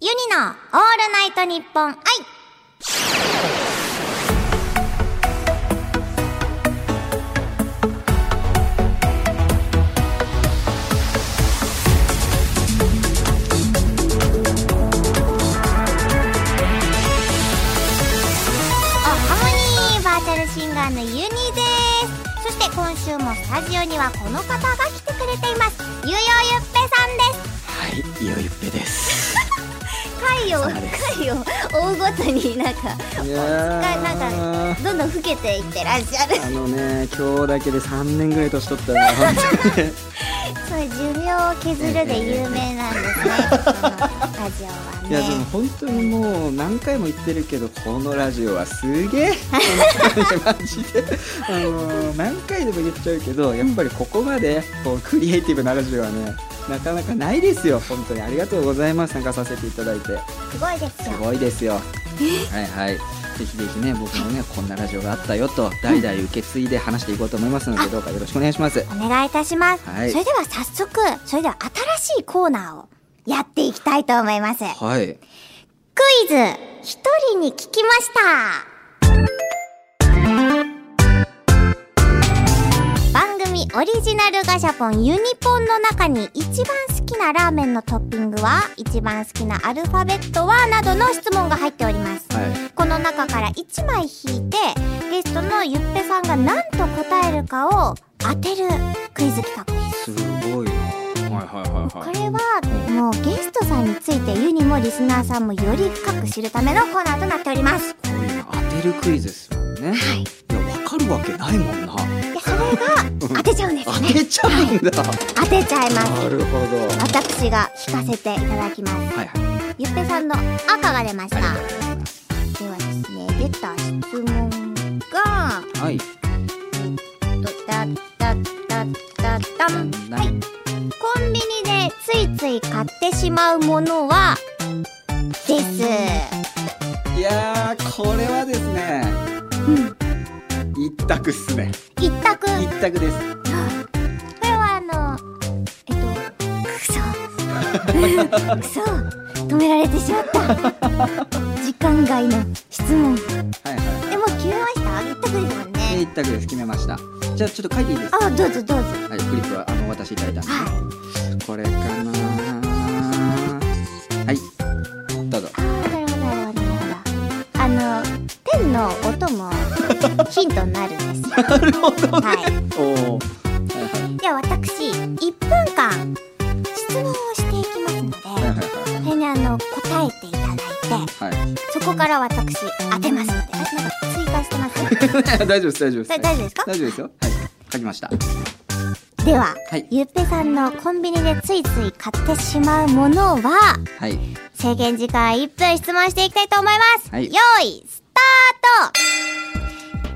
ユニのオールナイトニッポン愛おハモニーバーチャルシンガーのユニですそして今週もスタジオにはこの方が来てくれていますゆうようゆっぺさんですはい、いよいっぺです。回をそうです回を追うごとになんかいなんかどんどん老けていってらっしゃるあのね、今日だけで3年ぐらい年取ったな、本当に。そういう寿命を削るで有名なんですねこのラジオはいや、でもね本当にもう何回も言ってるけど、このラジオはすげえ。本当にマジで。あのー、何回でも言っちゃうけど、やっぱりここまで、こう、クリエイティブなラジオはね、なかなかないですよ。本当にありがとうございます。参加させていただいて。すごいですすよごいですよ。はいはい。ぜひぜひね、僕もね、こんなラジオがあったよと、代々受け継いで話していこうと思いますので、どうかよろしくお願いします。お願いいたします、はいそれでは早速それでは新しいコーナーをやっていきたいと思いますはい。クイズ一人に聞きました番組オリジナルガシャポンユニポンの中に一番好きなラーメンのトッピングは一番好きなアルファベットはなどの質問が入っております、はいこの中から1枚引いてゲストのゆっぺさんが何と答えるかを当てるクイズ企画ですすごいな。はいはいはいこれはもうゲストさんについてユニもリスナーさんもより深く知るためのコーナーとなっておりますこういうの当てるクイズですもんね。はいいや、わかるわけないもんな。でそれが当てちゃうんです当ねてちゃうん当だ。てちゃいますなるほど。私が引かせていただきますはいはい。ゆっぺさんの赤が出ましたあでりがはとうございます。ですね出た質問がはい。とだだだだだんはいコンビニでついつい買ってしまうものはですいやー、これはですね。一択っすね。一択一択です。これはあのえっとくそくそ止められてしまった時間外の質問はいはでも決めました一択ですもんい。でね一択です。決めました。じゃあ、ちょっと書いていいですか。あどうぞどうぞはい、フリップはあの私いただいたんではいね。これかな。はい。どうぞ。あーなるほどなるほどなるほどあのペンの音もヒントになるんですよなるほどね。はおお。いじゃあ私1分間質問をしていきますのではいはいそれにあの答えていただいてはい。はい。そこから私当てますので、あなんか追加してます。 大丈夫です大丈夫ですだ大丈夫ですか大丈夫ですよはい書きましたでは、はいゆっぺさんのコンビニでついつい買ってしまうものは、はい制限時間1分質問していきたいと思います。はいよい、ス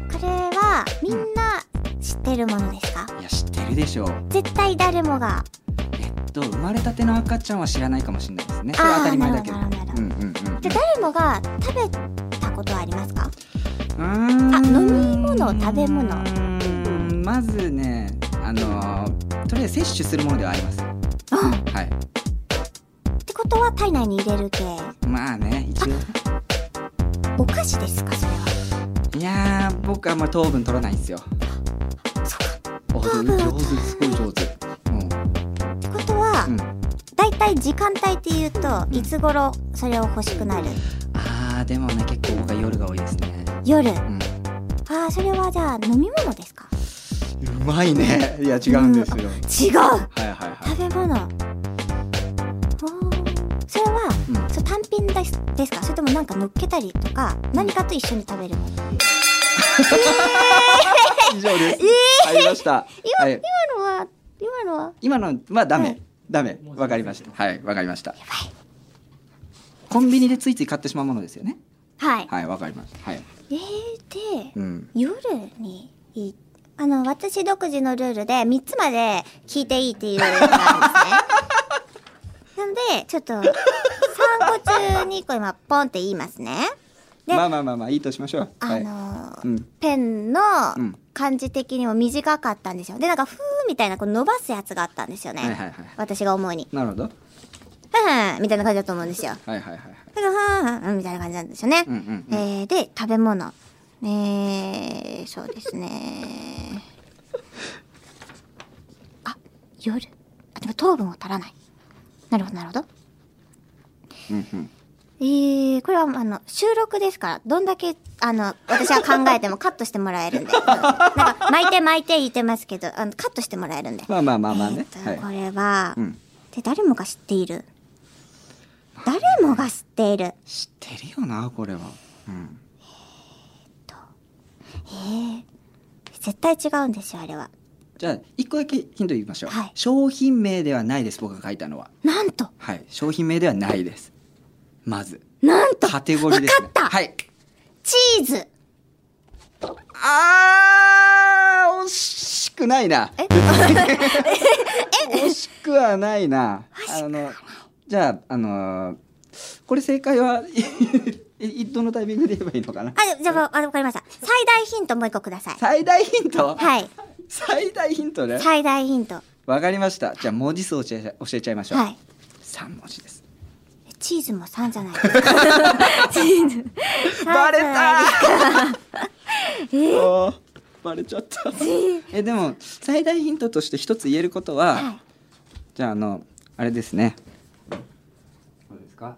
タートこれは、みんな知ってるものですかいや知ってるでしょう絶対誰もが。えっと生まれたての赤ちゃんは知らないかもしれないですねあーそれは当たり前だけどなるほどなるほうどんうんうんで、誰もが食べたことはありますかああ飲み物食べ物まずねあのーとりあえず摂取するものではありますうん。っはいてことは、体内に入れる系。まあね一 応お菓子ですかそれは。いやー僕あんま糖分取らないんですよそうか。上分手上手すごい上手ってことは、うんうんだいたい時間帯っていうといつ頃それを欲しくなるあーでもね結構僕は夜が多いですね夜あうんーそれはじゃあ飲み物ですかうまいね。 いや、違うんですよ。違うはいはいはい。食べ物おーそれはうんそれ単品ですですかそれともなんか乗っけたりとか何かと一緒に食べるもの以上です。ありました。はい、今のは今のは今のはダはメい。ダメ。わかりました。はい、わかりました。コンビニでついつい買ってしまうものですよね。はいはい、わかりました。はい。えー、でうん。夜にいあの私独自のルールで3つまで聞いていいっていうルールがあるんですねなのでちょっと3個中2個今ポンって言いますねでまあまあまあまあ、いいとしましょう。あはい。のーうん。ペンのうん漢字的にも短かったんですよでなんか「ふー」みたいなこう伸ばすやつがあったんですよね、はいはいはい私が思うになるほど。ははみたいな感じだと思うんですよ。はいはいはいはい。だから、はぁはぁうんみたいな感じなんですよね。うんうんうん。えーで、食べ物。えー、そうですね。あ、夜。あ、でも糖分を足らない。なるほど、なるほど。うんうん。えー、これは、あの、収録ですから、どんだけ、あの、私は考えてもカットしてもらえるんで。うんなんか、巻いて巻いて言ってますけど、あの、カットしてもらえるんで。まあまあまあまあね。えーはとこい。れは、うん。で、誰もが知っている。誰もが知っている。知ってるよな、これは。うん。えー、絶対違うんですよ、あれは。じゃあ、一個だけヒント言いましょう。はい商品名ではないです、僕が書いたのは。なんとはい。商品名ではないです。まず。なんとカテゴリーです、ね。わかったはい。チーズあー惜しくないな。 え惜しくはないな。あのじゃああのーこれ正解は いいどのタイミングで言えばいいのかな。あ、じゃあ、あわかりました。最大ヒントもう一個ください。最大ヒント。はい。最大ヒントね。最大ヒント。はわかりました。じゃあ文字数を教え教えちゃいましょう。い。三、文字です。チーズも3じゃない ですか。チーズ。 バレた えー。おーバレちゃった。 えでも最大ヒントとして一つ言えることは。はい。じゃああのあれですね。そうですか。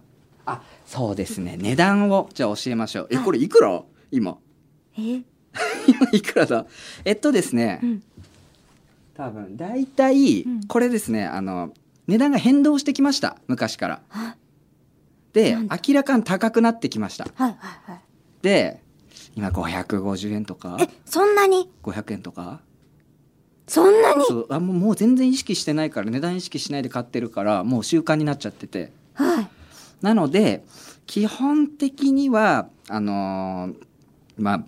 あそうですね値段をじゃあ教えましょう。えはいこれいくら今 え今いくらだ。えっとですね。うん多分だいたいうんこれですね、あの値段が変動してきました昔から。あでなんだ明らかに高くなってきました。はいはいはい。で今550円とかえ、そんなに500円とか。そんなにそうあもうもう全然意識してないから値段意識しないで買ってるからもう習慣になっちゃってて。はい。なので基本的にはあのーまあ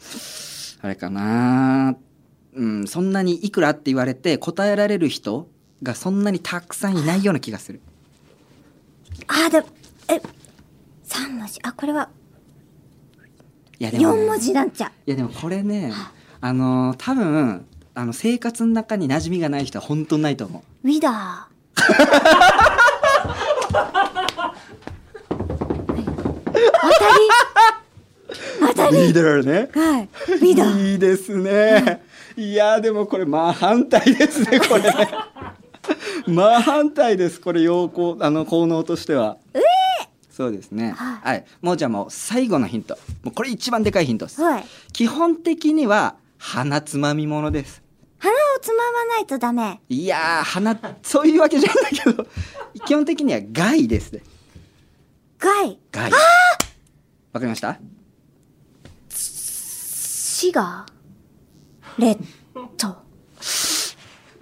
あれかな、うん、そんなにいくらって言われて答えられる人がそんなにたくさんいないような気がする。あ、でも、え、3文字。あ、これはいやでもね、 4文字になっちゃう。いやでもこれねあのー多分あの生活の中に馴染みがない人は本当にないと思う。ウィダー。当たり当たりリーダーね。はい。ウィダー。いいですね。いやでもこれ真反対ですね これ。真反対ですこれ要項あの効能としては。そうですね。はいはい。もうじゃあもう最後のヒント。もうこれ一番でかいヒントです。はい。基本的には鼻つまみものです。鼻をつままないとダメ。いやー鼻そういうわけじゃないんだけど基本的には害ですね。害。害。わかりました。シガー。レッド。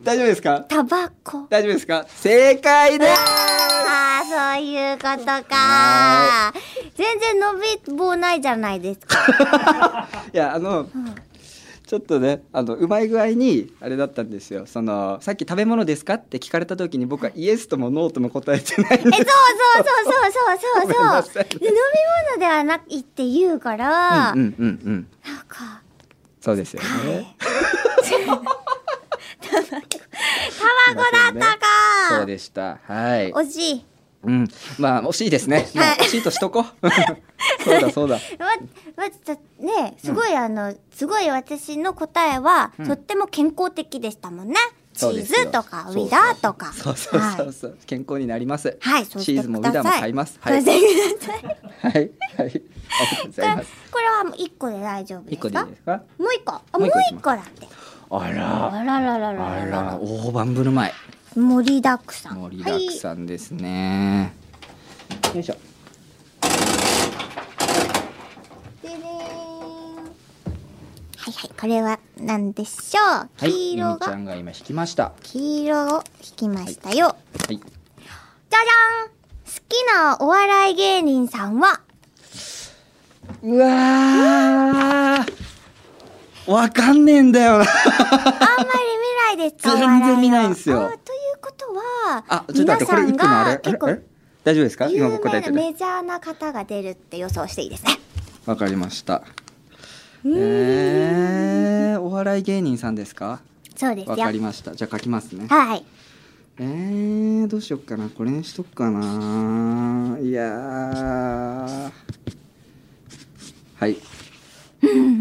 大丈夫ですか。タバコ。大丈夫ですか。正解です。ああ、そういうことか。全然伸び棒ないじゃないですか。いやあの、ちょっとねあのうまい具合にあれだったんですよそのさっき食べ物ですかって聞かれた時に僕はイエスともノーとも答えてないんえ、でそうそうそうそうそうごめんなそさうい。で飲み物ではないって言うから、うんうんうんうんなんか、そうですよ ねタバコだったそうか、でしたはい惜しい。うんまあ惜しいですね、まあはい惜しいとしと こうそうだそうだわ、わ、ちょね、すごい、あの、すごい私の答えは、うんとっても健康的でしたもんね。チそうでーすよズとか、ウそうそうィダーとか。そうそうはそいうそう、健康になりますはい、そうしてチーくズもウだィさダい。ーも買いますはいそうしてくださいはいはいありがとうございますこれはもう一個で大丈夫で一す個か。でいいですかもう一個、あ、ももうう一個いき一ま個すだって。あらあららららあららら。大盤振る舞い盛りだくさん。盛りだくん。さんですね、よいしょででーんはいはい、これは何でしょう。はい黄ゆ色みちゃが、んが今引きました黄色を引きましたよ。はいじゃじゃん好きなお笑い芸人さん はうわーわかんねえんだよあなんまり見ないですか全然お笑を見ないんですよあーということは、あちょっと待ってこれいくのあ皆されんあれあがれ大丈夫ですか結今構僕答え有て名なるメジャーな方が出るって予想していいですね。わかりましたえー、お笑い芸人さんですかそうですよ。わかりましたじゃあ書きますねはい。うえー、どうしよっかなこれにしとくかないやーはいなるほ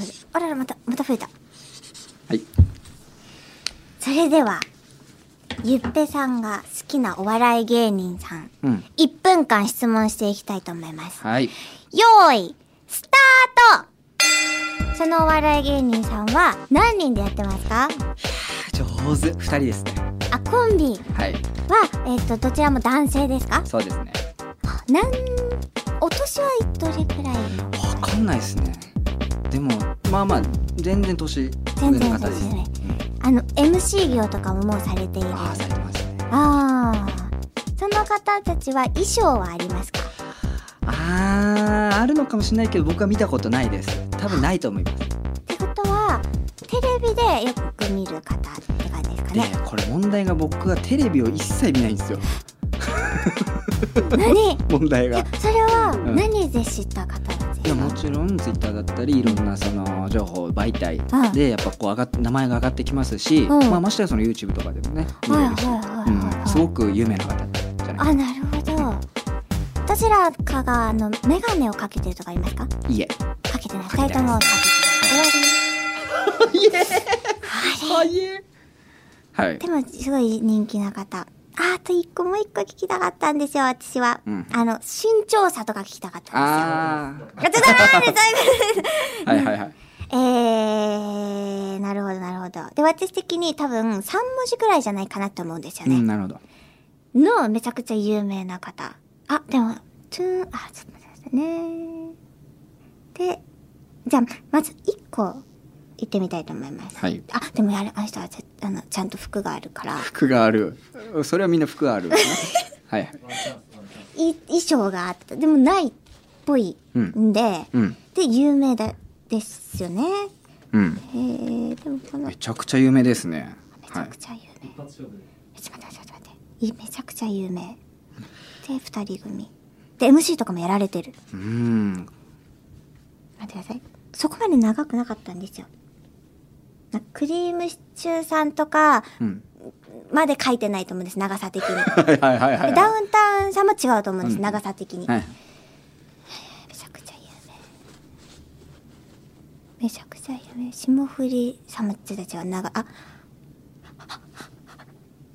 ど。あらら、また、また増えた。はいそれでは、ゆっぺさんが好きなお笑い芸人さん、うん1分間質問していきたいと思います。はいよーい、スタートそのお笑い芸人さんは何人でやってますか上手2人ですねあ、コンビはいは、えっ、と、どちらも男性ですかそうですねなん、お年はどれくらいわかんないですねでもまあまあ全然年上の方です全然ね年あの、MC 業とかももうされている。ああされてましたねああ。その方たちは衣装はありますかあーあるのかもしれないけど僕は見たことないです多分ないと思いますってことはテレビでよく見る方って感じですかでね。これ問題が僕はテレビを一切見ないんですよ何い問題がやそれはうん何で知った方たちいやもちろんツイッターだったりいろんなその情報媒体うんでやっぱこう上がっ名前が上がってきますし、うんまあ、ましてやその YouTube とかでもね見はいはれいるし、はいはい、うん、すごく有名な方じゃないあなるほど。どちらかがあのメガネをかけてるとかありますかいえかけてないかけ二てない人ともかけてない終わいえはいえはいりでもすごい人気な方ああと一個もう一個聞きたかったんですよ私は、うんあの身長差とか聞きたかったんですよあガチャガチャガチャーはいはいはいえー、なるほど、なるほど。で、私的に多分3文字くらいじゃないかなと思うんですようねん。なるほどの、めちゃくちゃ有名な方。あ、でも、トゥーン、あ、ちょっと待ってくださいね。で、じゃあ、まず1個行ってみたいと思います。はいあ、でもあれ、あの人はぜあのちゃんと服があるから、服があるそれはみんな服がある、ね、はいはいい衣装があった。でもないっぽいんで、うんで、有名だ、ですよね。うんえー、でもこのめちゃくちゃ有名ですねめちはゃいくちゃ有名。ちょっと待ってちょっと待っていめちゃくちゃ有名。で、二人組。で、MC とかもやられてる。うん待ってください。そこまで長くなかったんですよ。なクリームシチューさんとかうんまで書いてないと思うんです、長さ的 に。ではいはいはいはいダウンタウンさんも違うと思うんです、うん長さ的に。はめいちゃくちゃ有名。めちゃくちゃ有名。霜降りさんたちは長、あ、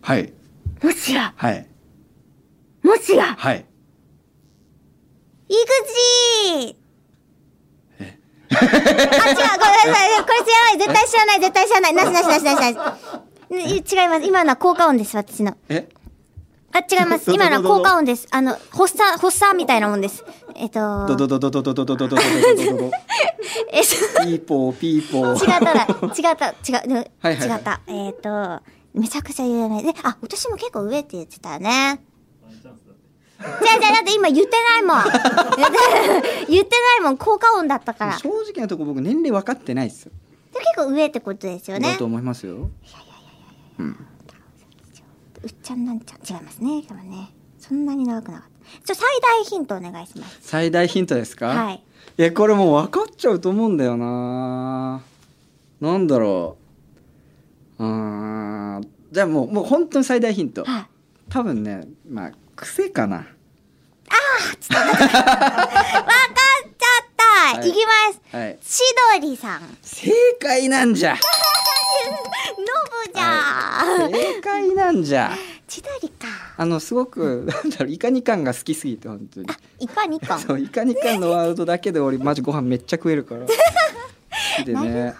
はいもしや、はいもしや、はいいくじーあ、違う、ごめんなさい。これ知らない。絶対知らない。絶対知らない。なしなしなしなし なし。ね違います。今のは効果音です、私の。えあ、違い ます。今のは効果音です。あの、発作、発作みたいなもんです。えっと、ドドドドドドドドドドドドドドえそうピーポーピー違ポ っーたら、違った、違う、でもはいはい違った。えっと、めちゃくちゃ有名で、あ、私も結構上って言ってたよね。じゃあじゃあだって今言ってないもん。 言って言ってないもん。効果音だったから。正直なとこ僕年齢分かってないっすよで結構上ってことですよね。だと思いますようっちゃんなんちゃん違いますねでもねそんなに長くなかったちょ最大ヒントお願いします最大ヒントですかはいいやこれもう分かっちゃうと思うんだよななんだろううーんじゃあもうもう本当に最大ヒントはい多分ねまあ癖かなちゃった、、はいいきますはいしどりさんの正解なんじゃぶじゃん正解なんじゃしどりかあのすごくなんだろうイカニカンが好きすぎて本当に一個は二個そうイカニカンのワールドだけで俺マジご飯めっちゃ食えるから好き でなねるほ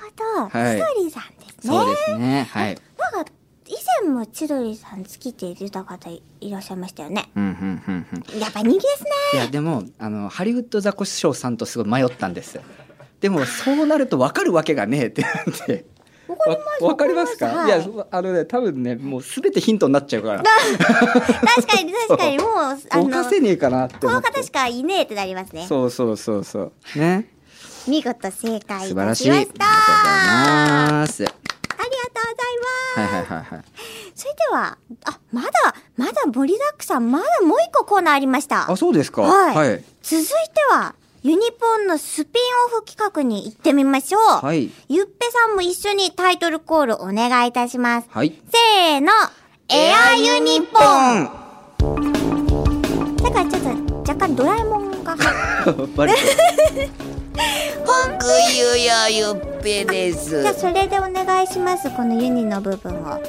ど、はいしどりさんですねそうですねはいなんか以前も千鳥さん好きって言ってた方いらっしゃいましたよねうんうんうんうんやっぱ人気ですねいやでもあのハリウッドザコシショウさんとすごい迷ったんですでもそうなると分かるわけがねえってなってわかりますわわかりますかはいいやそあのね多分ねもう全てヒントになっちゃうから確 かに確かにもうあぼかのせねえかなってこ思のって方しかいねえってなりますねそうそうそうそうね見事正解い素晴たらししいあましりがとうごたざいますはありがとうございます。いはいはいはいそれでは、あ、まだ、まだ盛りだくさん、まだもう一個コーナーありました。あそうですかはいはい続いては、ユニポンのスピンオフ企画に行ってみましょう。はいゆっぺさんも一緒にタイトルコールお願いいたします。はいせーの、エアユニポンだからちょっと若干ドラえもんが。バレ 僕ゆよゆっぺですじゃあそれでお願いします、このユニの部分を。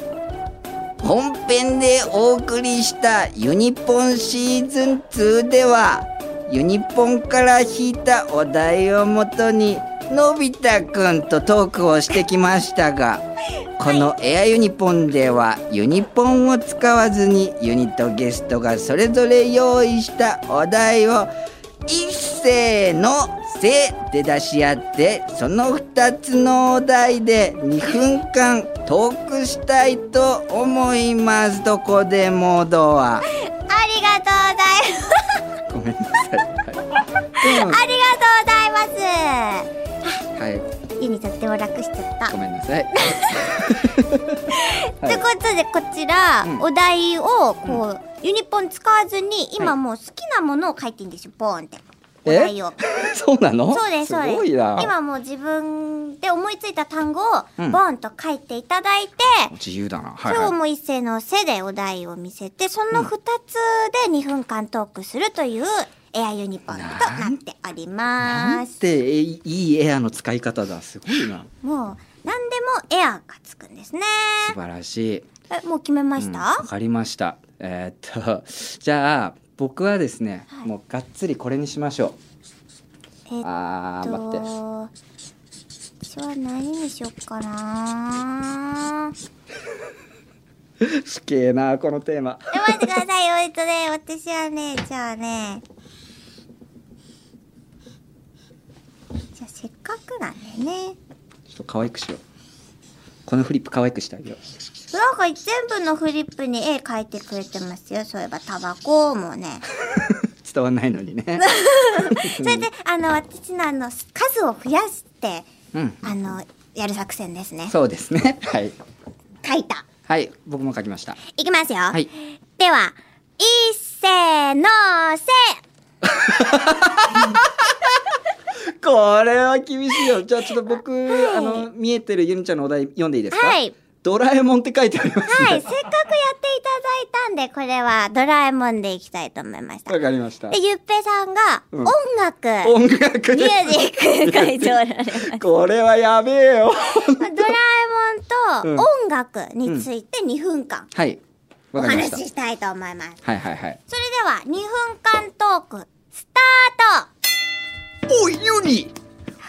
本編でお送りしたユニポンシーズン2ではユニポンから引いたお題をもとにのび太くんとトークをしてきましたがこのエアユニポンではユニポンを使わずにユニとゲストがそれぞれ用意したお題を一斉の「せ」で出し合ってその2つのお題で2分間トークしたいと思いますどこでもドアありがとうございます。ごめんなさい、はい、でもありがとうございます。はいユニとっても楽しちゃったご。めんなさいということでこちら、うんお題をこう、ユニポン使わずに今もう好きなものを書いていいんでしょポーンっておえ題をそうなのそうですそうですすごいな今もう自分で思いついた単語をボうんーンと書いていただいて、自由だなは今い、日はも一斉の「せ」でお題を見せてその2つで2分間トークするというエアユニポンとなっておりい、なまんすてえいいエアの使い方だすごいなもう何でもエアがつくんですね素晴らしいえもう決めましうんた、わ、かりましたえーっとじゃあ僕はですね、はいもうがっつりこれにしましょえうっとあー待って私は何にしよっかな死刑なこのテーマえ待ってください よえっとね私はねじゃあねじゃあせっかくなんでねちょっと可愛くしようこのフリップ可愛くしてあげようなんか全部のフリップに絵描いてくれてますよそういえばタバコもね伝わんないの にねそれであの私のあの数を増やしてうんあのやる作戦ですねそうですねはい描いたはい僕も書きましたいきますよ、はいでは、いっせのせこれは厳しいよじゃあちょっと僕、あの見えてるゆみちゃんのお題読んでいいですかはいドラえもんって書いてありますはい、せっかくやってねいただいたんで、これはドラえもんでいきたいと思いました。わで、かりましたゆっぺさんが、うん音楽、音楽ミでュージック会場 られます。す これはやべえよドラえもんと音楽について2分間はいおわかりま話したししたいと思います。はいはいはいそれでは、2分間トーク、スターおいユニ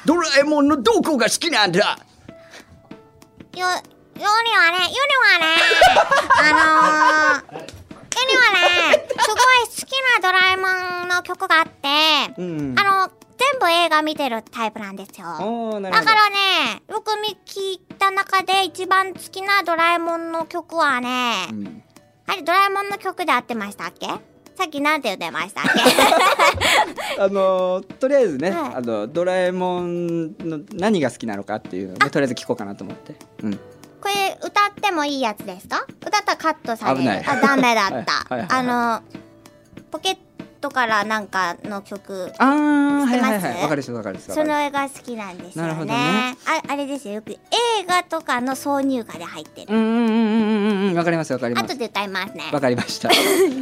ドラえもんのどこが好きなんだトよ、ユニはね、ユニはね、あのー、ユニはね、すごい好きなドラえもんの曲があって、うんあの、全部映画見てるタイプなんですよ。おーなるだほどからね、よく見聞いた中で一番好きなドラえもんの曲はね、うんあれドラえもんの曲で合ってましたっけさっきなんて言ってましたっけ あのーとりあえずね、はいあのドラえもんの何が好きなのかっていうのをねとりあえず聞こうかなと思って、うん、これ歌ってもいいやつですか歌ったらカットされる。危ないあ、ダメだった。はいはいはいあの、ポケットからなんかの曲、あーはいは知いってまはいすわかる人わかる人わそかるの絵が好きなんですよなるほね。どねああれですよ、よく映画とかの挿入歌で入ってる。うんうんうんうんうんうんわかりますわかります後で歌いますね。わかりま した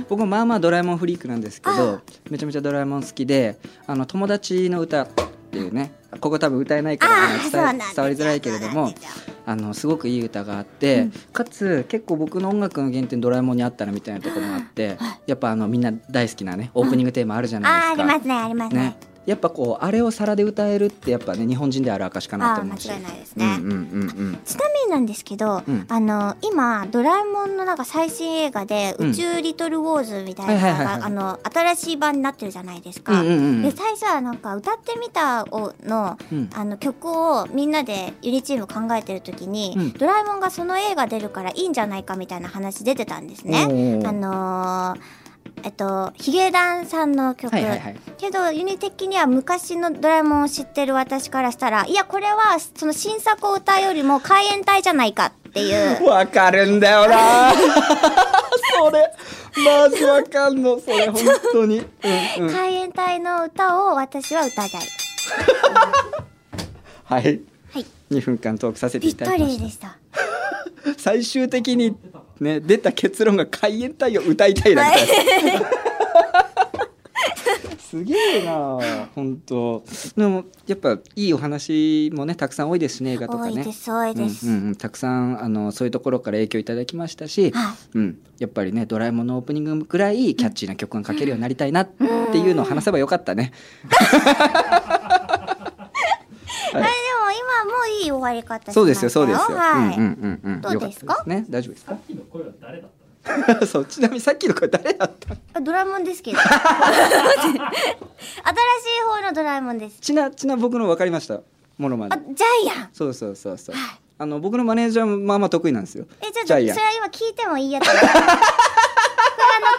僕もまあまあドラえもんフリークなんですけあどめちゃめちゃドラえもん好きであの友達の歌っていうねここ多分歌えないからああのあ、そう伝えなんですよ伝わりづらいけれどそうなもんですよあのすごくいい歌があって、かつ結構僕の音楽の原点ドラえもんにあったなみたいなところもあってやっぱあのみんな大好きなねオープニングテーマあるじゃあーなあいでりすか。ますねありますねね、やっぱこうあれを皿で歌えるってやっぱね日本人である証かなと思うしあー間違いないですねうんうんうんうんちなみになんですけど、うんあの今ドラえもんのなんか最新映画で「うん宇宙リトルウォーズ」みたいはいなのはいはいがはいあの新しい版になってるじゃないですうか。んうんうでん最初はなんか「歌ってみたを」のうんあの曲をみんなでユニチーム考えてる時に、うんドラえもんがその映画出るからいいんじゃないかみたいな話出てたんですおね。ーあのーえっと、ヒゲダンさんの曲、はいはいはいけどユニ的には昔の「ドラえもん」を知ってる私からしたらいやこれはその新作を歌うよりも海援隊じゃないかっていうわかるんだ よなそれマジわかんのそれ本当に、うんうん、海援隊の歌を私は歌いたいはいはい2分間トークさせてぴいったただきまりしでしたた最終的にね出た結論が海援隊を歌いたいだみたいなすげえな本当でもやっぱいいお話もねたくさん多いですしね映画と多かいねです多いです、うんうんうん、たくさんあのそういうところから影響いただきましたし、はうん、やっぱりね「ドラえもん」のオープニングぐらいキャッチーな曲が書けるようになりたいなっていうのを話せばよかったね。あれでも今もういい終わり方しましたそうですよそうですよ。はい、うんうんうんうん。どうですかよったね大丈夫ですか。さっきの声は誰だった？ そうちなみにさっきの声誰だった？あドラえもんです けど新しい方のドラえもんですちなちな僕の分かりましたモノマあネジ。ャイアンそうそうそうそう。あの僕のマネージャーもまあまあ得意なんですよ。えちょっとジそャれイアはン今聞いてもいいやつこ れあ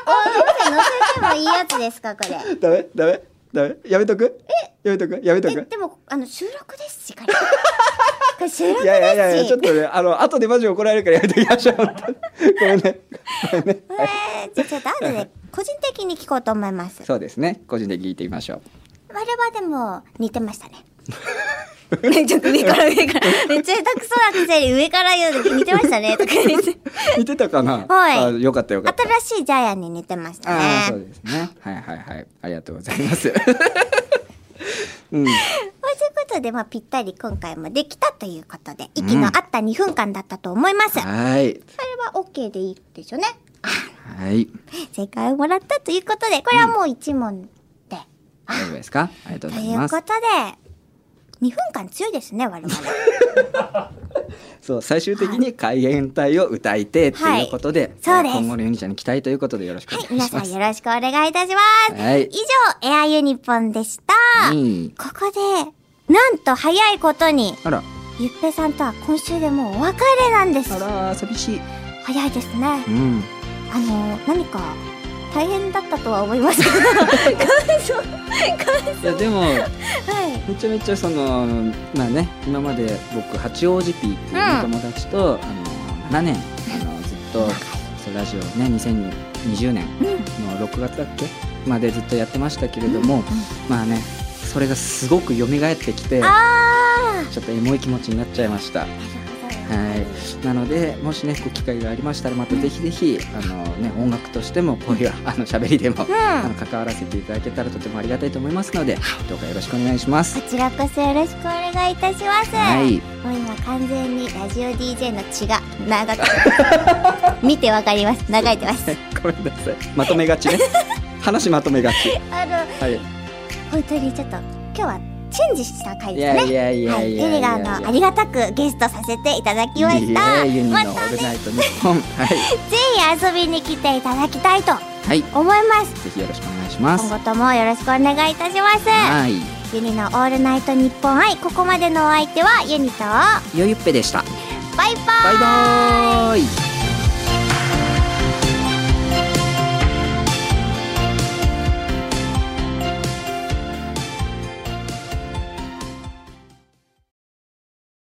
の音声載せてもいいやつですかこれダメダメダメやめとく？やめとくやめとえく。でもあの収録ですし これこれ収録ですしいやいやいやいやちょっとねあの後でマジ怒られるからやめときましょう本 当にごめんねごめんねえーじゃあちょっと後で個人的に聞こうと思いますそうですね個人で聞いてみましょう我々でも似てましたね ねちょっと上から上から めっちゃ下手くそなくせに上から言うと似てましたねとか言って 似てたかなはいあよかったよかった新しいジャイアンに似てましたああそうねですねはいはいはいありがとうござい ますうんということで、まあ、ぴったり今回もできたということで息の合った2分間だったと思います、はいそれは OK でいいでしょうねはい正解をもらったということでこれはもう1問で、大丈夫ですかありがとうとございいうまこすとで2分間強いですね我々そう最終的に海援隊を歌いてってはいいうことで,、そうです今後のユニちゃんに期待ということでよろ しくおは願い皆いしさまんす、よろしくお願いいたします、はい以上エアユニポンでした、うんここでなんと早いことにあらゆっぺさんとは今週でもうお別れなんですあら寂しい早いですねうんあの何か大変だったとは思いま したけど感想いやでもはいめちゃめちゃそのまあね今まで僕八王子ピーっていうね、うん友達とあの7年あのずっとそうラジオね2020年の6月だっけまでずっとやってましたけれども、まあねそれがすごく蘇ってきてあちょっとエモい気持ちになっちゃいました。はあなるほどい、なのでもしねこう機会がありましたらまたぜひぜひあの、ね、音楽としてもこういう あの喋りでも、あの関わらせていただけたらとてもありがたいと思いますのでどうかよろしくお願いします。こちらこそよろしくお願いいたします、はい、 もう今完全にラジオ DJ の血が長く見てわかります流れてますごめんなさい。まとめが ちね。話まとめがち。あのはい。本当にちょっと今日はチェンジした回いですやいねやいはやい、エいやレいや。ガーのありがたくゲストさせていただきましたいやいやユニのまオたーぜルナイトニッポン。はい。ひ遊びに来ていただきたいとはい。思いますぜひよろしくお願いします。今後ともよろしくお願いいたしますはい。ユニのオールナイトニッポン愛ここまでのお相手はユニとバイよゆっぺでした。バイバイバーイ。